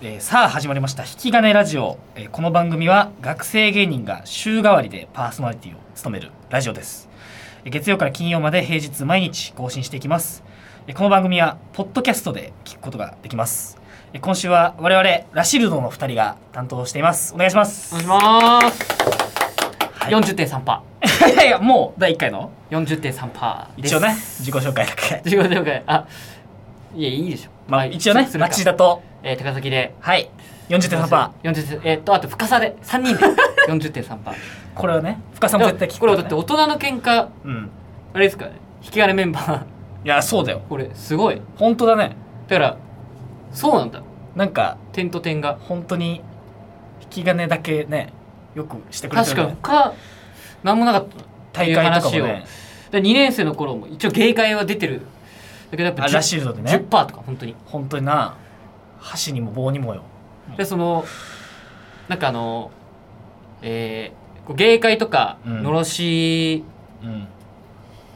えーさあ始まりました「引き金ラジオ、えーこの番組は学生芸人が週替わりでパーソナリティを務めるラジオですえー月曜から金曜まで平日毎日更新していきますえーこの番組はポッドキャストで聞くことができますえー今週は我々ラシルドの2人が担当していますお願いしますお願いします。はい四十点三パ いやいやもう第1回のー、四十点三パーです。一応ね。自己紹介だけということで、あ、いやいいでしょ。まあはい一応ねするか町田とえー、高崎で。はい40.3%。四十えーっとあと深さで 三人で四十点三パー。これはね深さも絶対聞くこかられねだって大人の喧嘩うんあれですからね。引き金メンバー いやそうだよこれすごい。本当だねだからそうなんだ。なんか点と点が本当に引き金だけねよくしてくれて確る、ね、かに他なんもなかった。大会とかもいうね話で二年生の頃も一応芸会は出てる。だけどやっぱあラシールドで十ねパーとか本当に。本当にな箸にも棒にもよでそのなんかあのえーこう芸会とかうんのろしうん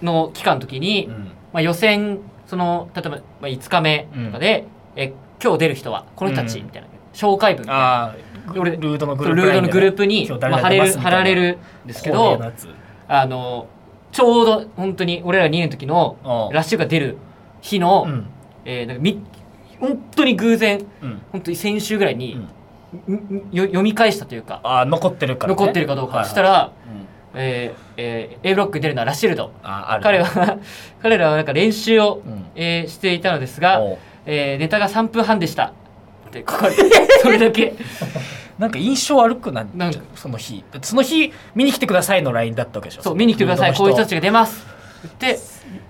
の期間の時に、うんまあ、予選その例えば、まあ、5日目とかで、え今日出る人はこの人たちうんみたいな、紹介文みたいなああ俺ルードのグそのループルードのグループに、今日ま誰あ、貼々出ますれるみたい貼なられるんですけ恒例どのやつあのちょうど本当に俺ら2年の時のおうラッシュが出る日の、うんえーなんかみ本当に偶然うん本当に先週ぐらいに、んんよ読み返したというかああ残ってるから、ね、残ってるかどうか、はいはいしたら、うんえーえー A ブロックに出るのはラシルドあある彼は 彼らはなんか練習を、うんえーしていたのですが、おうえーネタが3分半でしたってここ それだけなんか印象悪くなっなんちかゃうその日その日見に来てくださいの LINE だったわけでしょそう見に来てくださいルードこのういう人たちが出ますって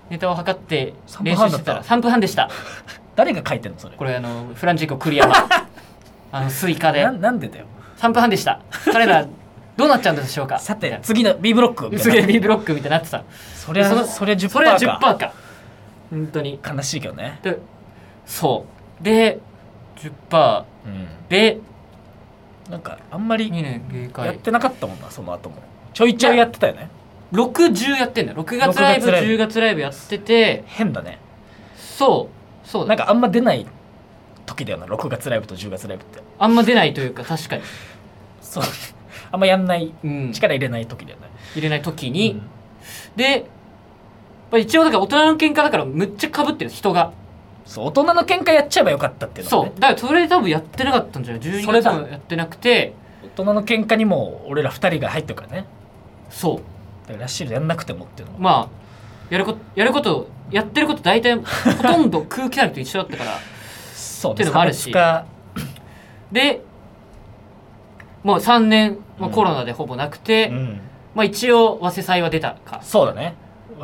ネタを測って3分練半習だしってたたら3分半でした誰が書いてんのそれこれあのフランジーコ栗 山あのスイカでななんでだよ3分半でした彼らどうなっちゃうんでしょうかさみてたい次の B ブロックなみたすいなげえ B ブロックみたいになってたそりゃそのそりゃ10%それは10%かか本当に悲しいけどね、でそうで10%うん、でなんかあんま2り年芸やっ会てなかったもんなその後もちょいちょいやってたよね60やってんだよ6月ライブ6月ライブ10月ライブやってて変だねそうそうなだんかあんま出ない時だよな6月ライブと10月ライブってあんま出ないというか確かに、そうあんまやんないうん、入力入れない時だよね、れない時うんに、でまあ一応だから大人の喧嘩だからむっちゃかぶってる人がそう大人の喧嘩やっちゃえばよかったっていうのそはうねだからそれ多分やってなかったんじゃない12それ月だもやってなくて大人の喧嘩にも俺ら2人が入ってるからねそうだからラッシュルやんなくてもっていうのはまあやることやることやってること大体ほとんど空気感と一緒だったからそうっていうのもあるし差でもう3年、まあ、うんコロナでほぼなく別て、化うん、まあ、一応早稲祭は出たかそうだね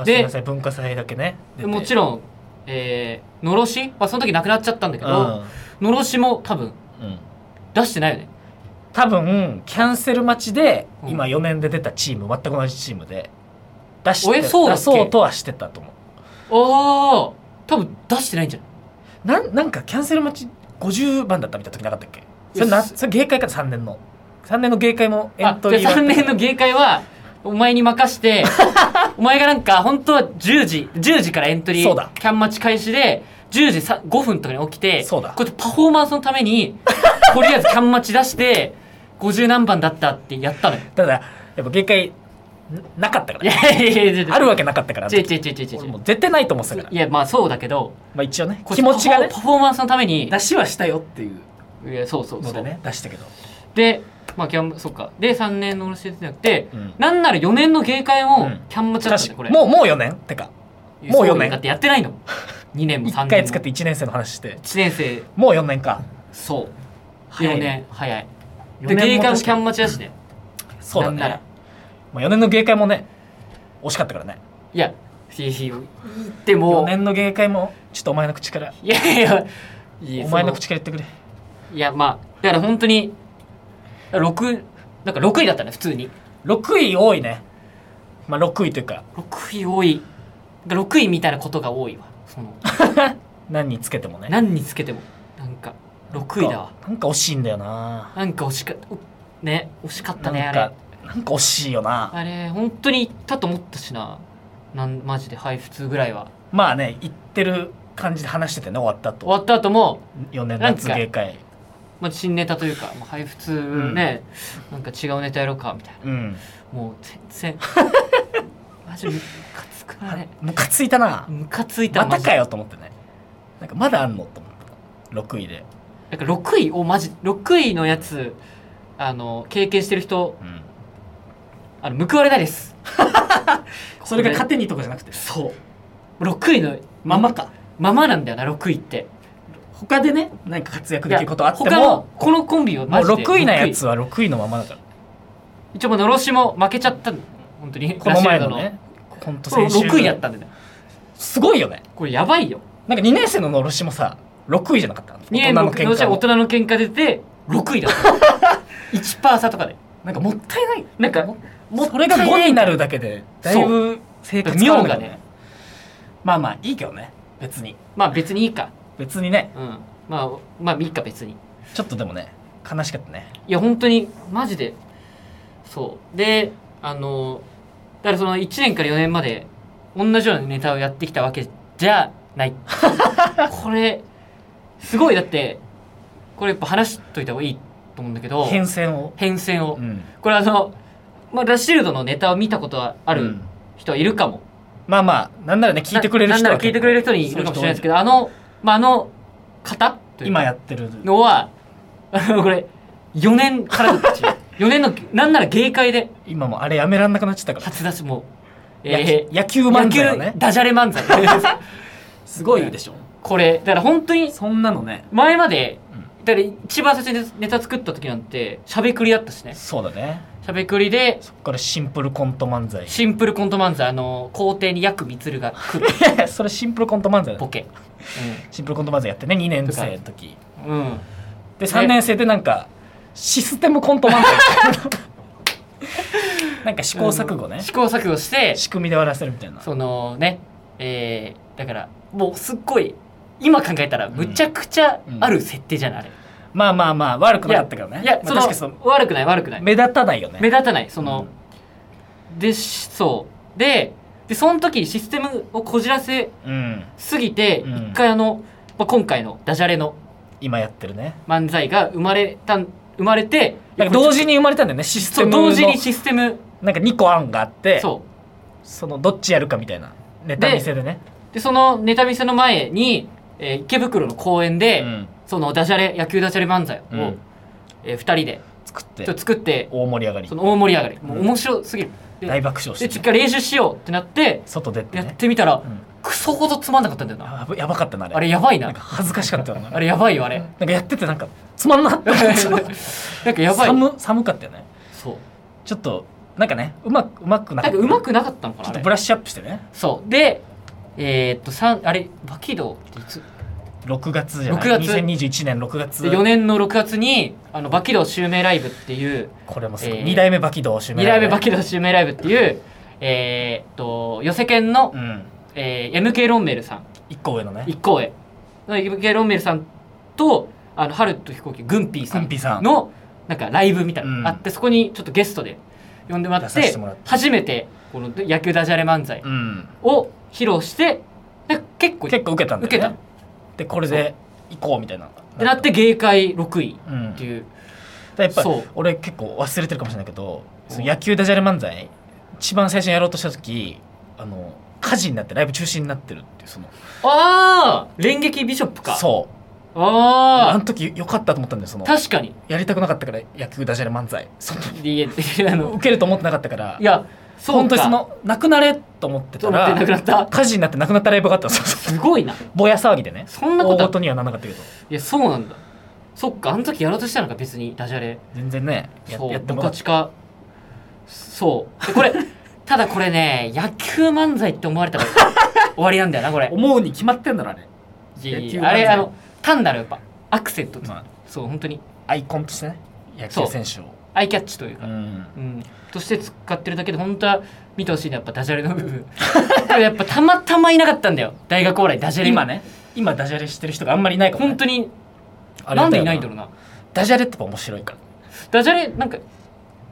で忘れなさい文化祭だけねでもちろんろん、えーのろし、まあ、その時なくなっちゃったんだけど、のろしも多分うんうん出してないよね多分キャンセル待ちでうん今4年で出たチーム全く同じチームで出しおてえそうだ出っけそうとはしてたと思うああ多分出してないんじゃないなんなんかキャンセル待ち50番だったみたいな時なかったっけそれなよしそれ芸会か3年の3年の芸会もエントリーあは3年の芸会はお前に任して お前がなんか本当は10時10時からエントリそうだーキャン待ち開始で10時さ5分とかに起きてそうだこうやってパフォーマンスのた めにとりあえずキャン待ち出して50何番だったってやったのよただやっぱ芸会んなかったかいやらいやいやいやあるわけなかったから違う違う違う違う違俺うもう絶対ないと思ってたかいらやまあそうだけどまあ一応ねこう気持ちがねパフォーパフォーマンスのために出しはしたよっていういやそうそうそのうでね出したけどでまあキャンそっかで3年の卸出てなくて、うんなんなら4年の芸会うもんキャン待ちだったん確だよかにもこれうもう4年ってかもう四年だってやってないの2年も3 1年回も使って1年生の話して1年生もう4年かそう早い4ね年早い四で年も芸会も確キかャにン待ちだしねそうだねなんならまあ、4年の芸会もね惜しかったからねいやひいひいで4も年の芸会もちょっとお前の口からいやいやいやお前のそ口から言ってくれいやまあだから本当に6なんか6位だったね普通に6位多いねまあ6位というか6位多い6位みたいなことが多いわその何につけてもね何につけてもなんか6位だわなんか惜しいんだよななんか惜しかったね惜しかったねなあんれかなんか惜しいよなあれ本当に行ったと思ったしななんマジで配布通ぐらいはまあね言ってる感じで話しててね終わった終後わった後も4年夏芸会まあ、新ネタというか、まあ、はい普通ね、なんか違うネタやろうかみたいうんなもう全 然マジムカつくなあれムカついたなムカついたまたかよよと思ってねなんかまだあんのと思った6位で、なんか6位をマジ6位のやつあの経験してる人うん、あの報われないですそれが勝糧にとかじゃなくてそう6位のままかままなんだよな6位って他でね何か活躍できることあっていや他のもこのコンビをもマうジで6位なやつは6位のままだから6位一応もうのろしも負けちゃったの本当にこの前のラシエルねほんとドの先週これ6位だったんだよねすごいよねこれやばいよなんか2年生ののろしもさ6位じゃなかった大2人年のの喧喧嘩嘩大も人の喧嘩出て6位だった1%差とかでなんかもったいないなんかもそれが5になるだけでだいぶ生活そう妙が使うがねねまあまあいいけどね別にまあ別にいいか別にねうんまあまあいいか別にちょっとでもね悲しかったねいや本当にマジでそうであのだからその1年から4年まで同じようなネタをやってきたわけじゃないこれすごいだってこれやっぱ話しといた方がいいと思うんだけど変遷を変遷を、うんこれあの、まあ、ラッシールドのネタを見たことはあうるん人はいるかも、まあまあなんならね聞いてくれる人なはなんなら聞いてくれる人にいるかもしれないですけどあの、まあ、あの方というか今やってるのは あのこれ4年からの口 4年のなんなら芸会で今もあれやめらんなくなっちゃったから初出しもう、野え球野球ー、漫野才はね球ダジャレ 漫才すごいでしょこれだから本当にそんなのね前までうんだから一番最初にネタ作った時なんてしゃべくりだったしねそうだねしゃべくりでそっからシンプルコント漫才シンプルコント漫才あの皇帝にヤクミツルが来るそれシンプルコント漫才だボね ケシンプルコント漫才やってね2年生の時うん、うん、で3年生でなんかシステムコント 漫才なんか試行錯誤ね試行錯誤して仕組みで終わらせるみたいなそのねえー、だからもうすっごい今考えたらむちゃくちゃある設定じゃない、あれまあまあまあ悪くなかったけどねいや、まあ、確かにそそのの悪くない悪くない目目立たないよね立たないその、でしそうででその時システムをこじらせうんすぎてうん一回あの、まあ、今回のダジャレの今やってるね漫才が生まれたん生まれてなんか同時に生まれたんだよねシステそムうの同時にシステムなんか2個案があってそそのどっちやるかみたいなネタ見せでねうでそのネタ見せの前に、えー池袋の公園で、うんそのダジャレ野球ダジャレ漫才を、うんえー、2人で作っちょてっと作って大盛り上がりその大盛り上がりもう面白すぎる、大で爆笑でしちょってと練習しようってなって外出てやっねてみたら、うんクソほどつまんなかったんだよな。やばやばかったなあれあれやばいななんか。恥ずかしかったよなあれやばいよ、あれ。なんかやっててなんかつまんな って思った なんかやばい。寒寒かったよねそう。ちょっとなんかねうまくうまくなかなんったかうまくなかったのかちょっな、あとれブ。ラッシュアップしてねそう。で、えーっと、三あれ、バキドっていつ6月じゃない6月2021年6月で ?4 年の6月に、あの、バキド襲名ライブっていう、これもすごい、えー2代目バキドを襲名2代目バキキド襲名ライブっていう、えーっと、寄せ犬の、うんえー MK ロンメルさん、 1個上のね一行へ。の MK ロンメルさんと、あの、春と飛行機、グンピーさグンピーさんんの、なんかライブみたいなのがあって、そこにちょっとゲストで呼んでもらっ出さてせてもらって初めてこの野球ダジャレ漫才うんを披露してで結構結構受けたんだよ、ね、受けたでこれで行こうみたいなでなって芸会6位うんっていう、だやっぱそう俺結構忘れてるかもしれないけどその野球ダジャレ漫才一番最初にやろうとした時あの火事になってライブ中止になってるっていうそのああ連撃ビショップかそうああの時良かったと思ったんだよそあの確かにやりたくなかったから野球ダジャレ漫才そのいやあの受けると思ってなかったからいやそうか本当にそのなくなれと思ってたそう思っらてなく なった火事になってなくなったライブがあったのそうそうすごいな ぼや騒ぎでねそんなことあ大事にはならなかったけどいやそうなんだそっかあの時やろうとしたのか別にダジャレ全然ねやそうやってもムらカチカそうでこ れただこれね野球漫才って思われたら終わりなんだよなこ れ思うに決まってんだろあれ、いやい野球漫や才あれあの単なるやっぱアクセントとまあ、そう本当にアイコンとしてね野球選手をアイキャッチというか、うんんとして使ってるだけで本当は見てほしいのはやっぱダジャレの部 分これやっぱたまたまいなかったんだよ大学お笑いダジャレ今ね今ダジャレしてる人があんまりいないかも、ね、本当にあれなんだでよいないんだろうなダジャレってやっぱ面白いからダジャレなんか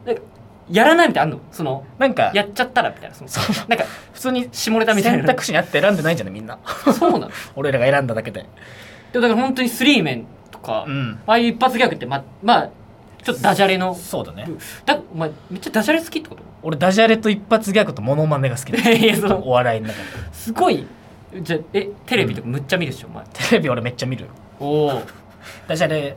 なんかやらないみたいなのあんのそのなんかやっちゃったらみたいなそのそうなんか普通に下ネタみたい選な択肢にあって選んでないんじゃないみんな そうなの俺らが選んだだけででもだから本当にスリーメンとか、うんああいう一発ギャグってままあちょっとダジャレのそうだねだお前めっちゃダジャレ好きってこと俺ダジャレと一発ギャグとモノマネが好きだ いやそのお笑いの中ですごいじゃえテレビとかむっちゃ見るでしょお前テレビ俺めっちゃ見るよおーダジャレ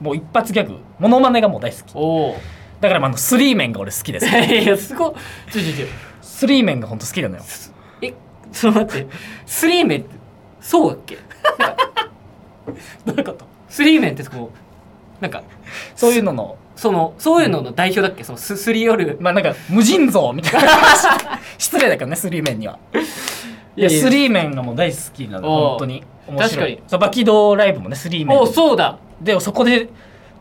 もう一発ギャグモノマネがもう大好きおおだからまああのスリーメンが俺好きです いやすごいちょちょちょスリーメンがほんと好きなのよえちょっと待ってスリーメンってそうだっけどういうことスリーメンってそのなんかそういうののそのそういうのの代表だっけそのすすり寄るまあなんか無尽蔵みたいな 失礼だけどねスリーメンにはいやいやいやスリーメンがもう大好きなのおう本当に面白い確かそうバキドーライブもねスリーメンおそうだでそこで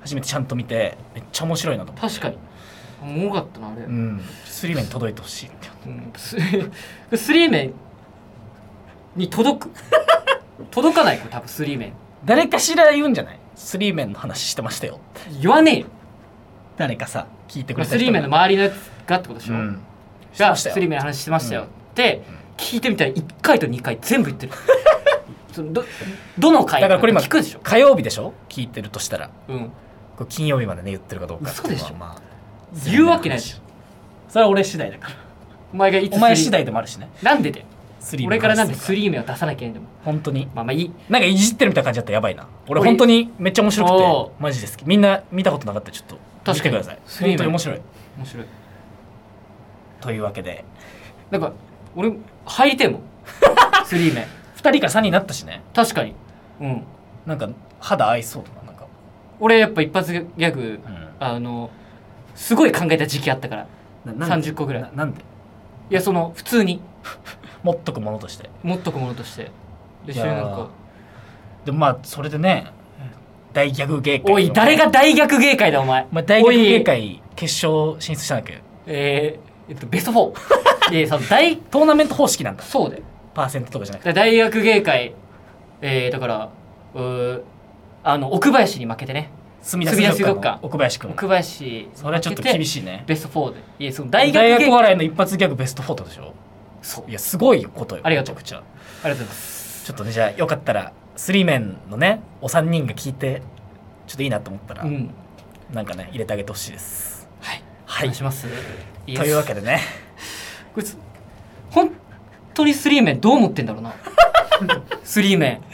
初めてちゃんと見てめっちゃ面白いなと思って確かにおもろかったなあれ、うんスリーメンに届いてほしいみたいなうん ススリーメンに届く 届かないこれ多分スリーメン誰かしら言うんじゃないスリーメンの話してましたよ言わねえよ誰かさ聞いてくまあれたスリーメンのの周りのやつがってことでしうょ、んしてがましたスよリーメンの話してましたよ、って聞いてみたら1回と2回全部言っ てるそのどどの回だからこれ今聞くでしょ、火曜日でしょ聞いてるとしたらうん、これ金曜日までね言ってるかどうかっていうのは嘘でしょまあ言うわけないでしょそれは俺次第だからお前がいつお前スリ次ー第でもあるしねなんででスリーメン俺からなんで話すスリーメンを出さなきゃいけないんだもん本当にまあまあいいなんかいじってるみたいな感じだったらやばいな俺おい本当にめっちゃ面白おくてマジで好きみんな見たことなかったらちょっと見確かてにくださいスリーメ本ン当に面白い面白いというわけでなんか俺入りてえも んスリーメン2人から3人になったしね確かにうんなんか肌合いそうだななんか俺やっぱ一発ギャグうあのすごい考えた時期あったからんななんで30個ぐらいななんでいやその普通に持っとくものとして持っとくものとしてでいそやれーなんかでもまあそれでね大ギャグ芸会おい誰が大逆芸会だお前、まあ、大ギャグ芸おい会決勝進出したんだっけどえー、えっとベスト 4いやその大トーナメント方式なんだそうだよパーセントとかじゃなくてだ大学芸会えー、だからうーあの奥林に負けてね住み出墨田す水ど族っか館奥林君奥林に負けてそれはちょっと厳しいねベスト4でいやその大大学芸学お会笑いの一発ギャグベスト4とでしょそういやすごいことよありがとうめちゃくちありがとうございますゃちょっとねじゃあよかったらスリーメンのねお三人が聞いてちょっといいなと思ったら、うんなんかね入れてあげてほしいですはいはいお願いしますとというわけでねこいつ本当にスリーメンどう思ってんだろうなスリーメン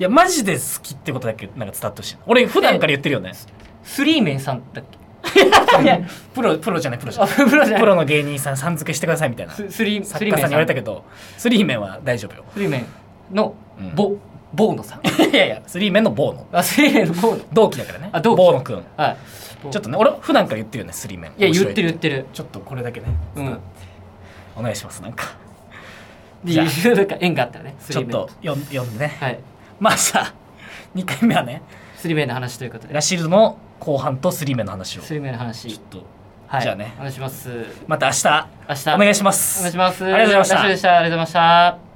いやマジで好きってことだけなんか伝わってほしい俺普段から言ってるよねスリーメンさんだっけいやプロプロじゃないプロじゃあないプロじゃないプロの芸人さんさん付けしてくださいみたいなススリース作リ家ーさんメに言ンわれたどけどスリーメンは大丈夫よスリーメンのうんボ、ボーノさんいやいやスリーメンのボーノあスリーメンのボーノ同期だからねあ同期ボーノくんはいちょっとね俺普段から言ってるよねスリーメンいや言ってる言面白いってるちょっとこれだけねうんお願いしますなんかでじゃなんか縁があったらねスちょリーっメンと読ん読んでねはいまあさ2回目はねスリーメンの話ということでラシールドの後半とスリーメンの話をスちょリーメンのっ話とはいじゃあねお願いしますまた明日明日お願いしますお願いしますありがとうございましたラジオでしたありがとうございました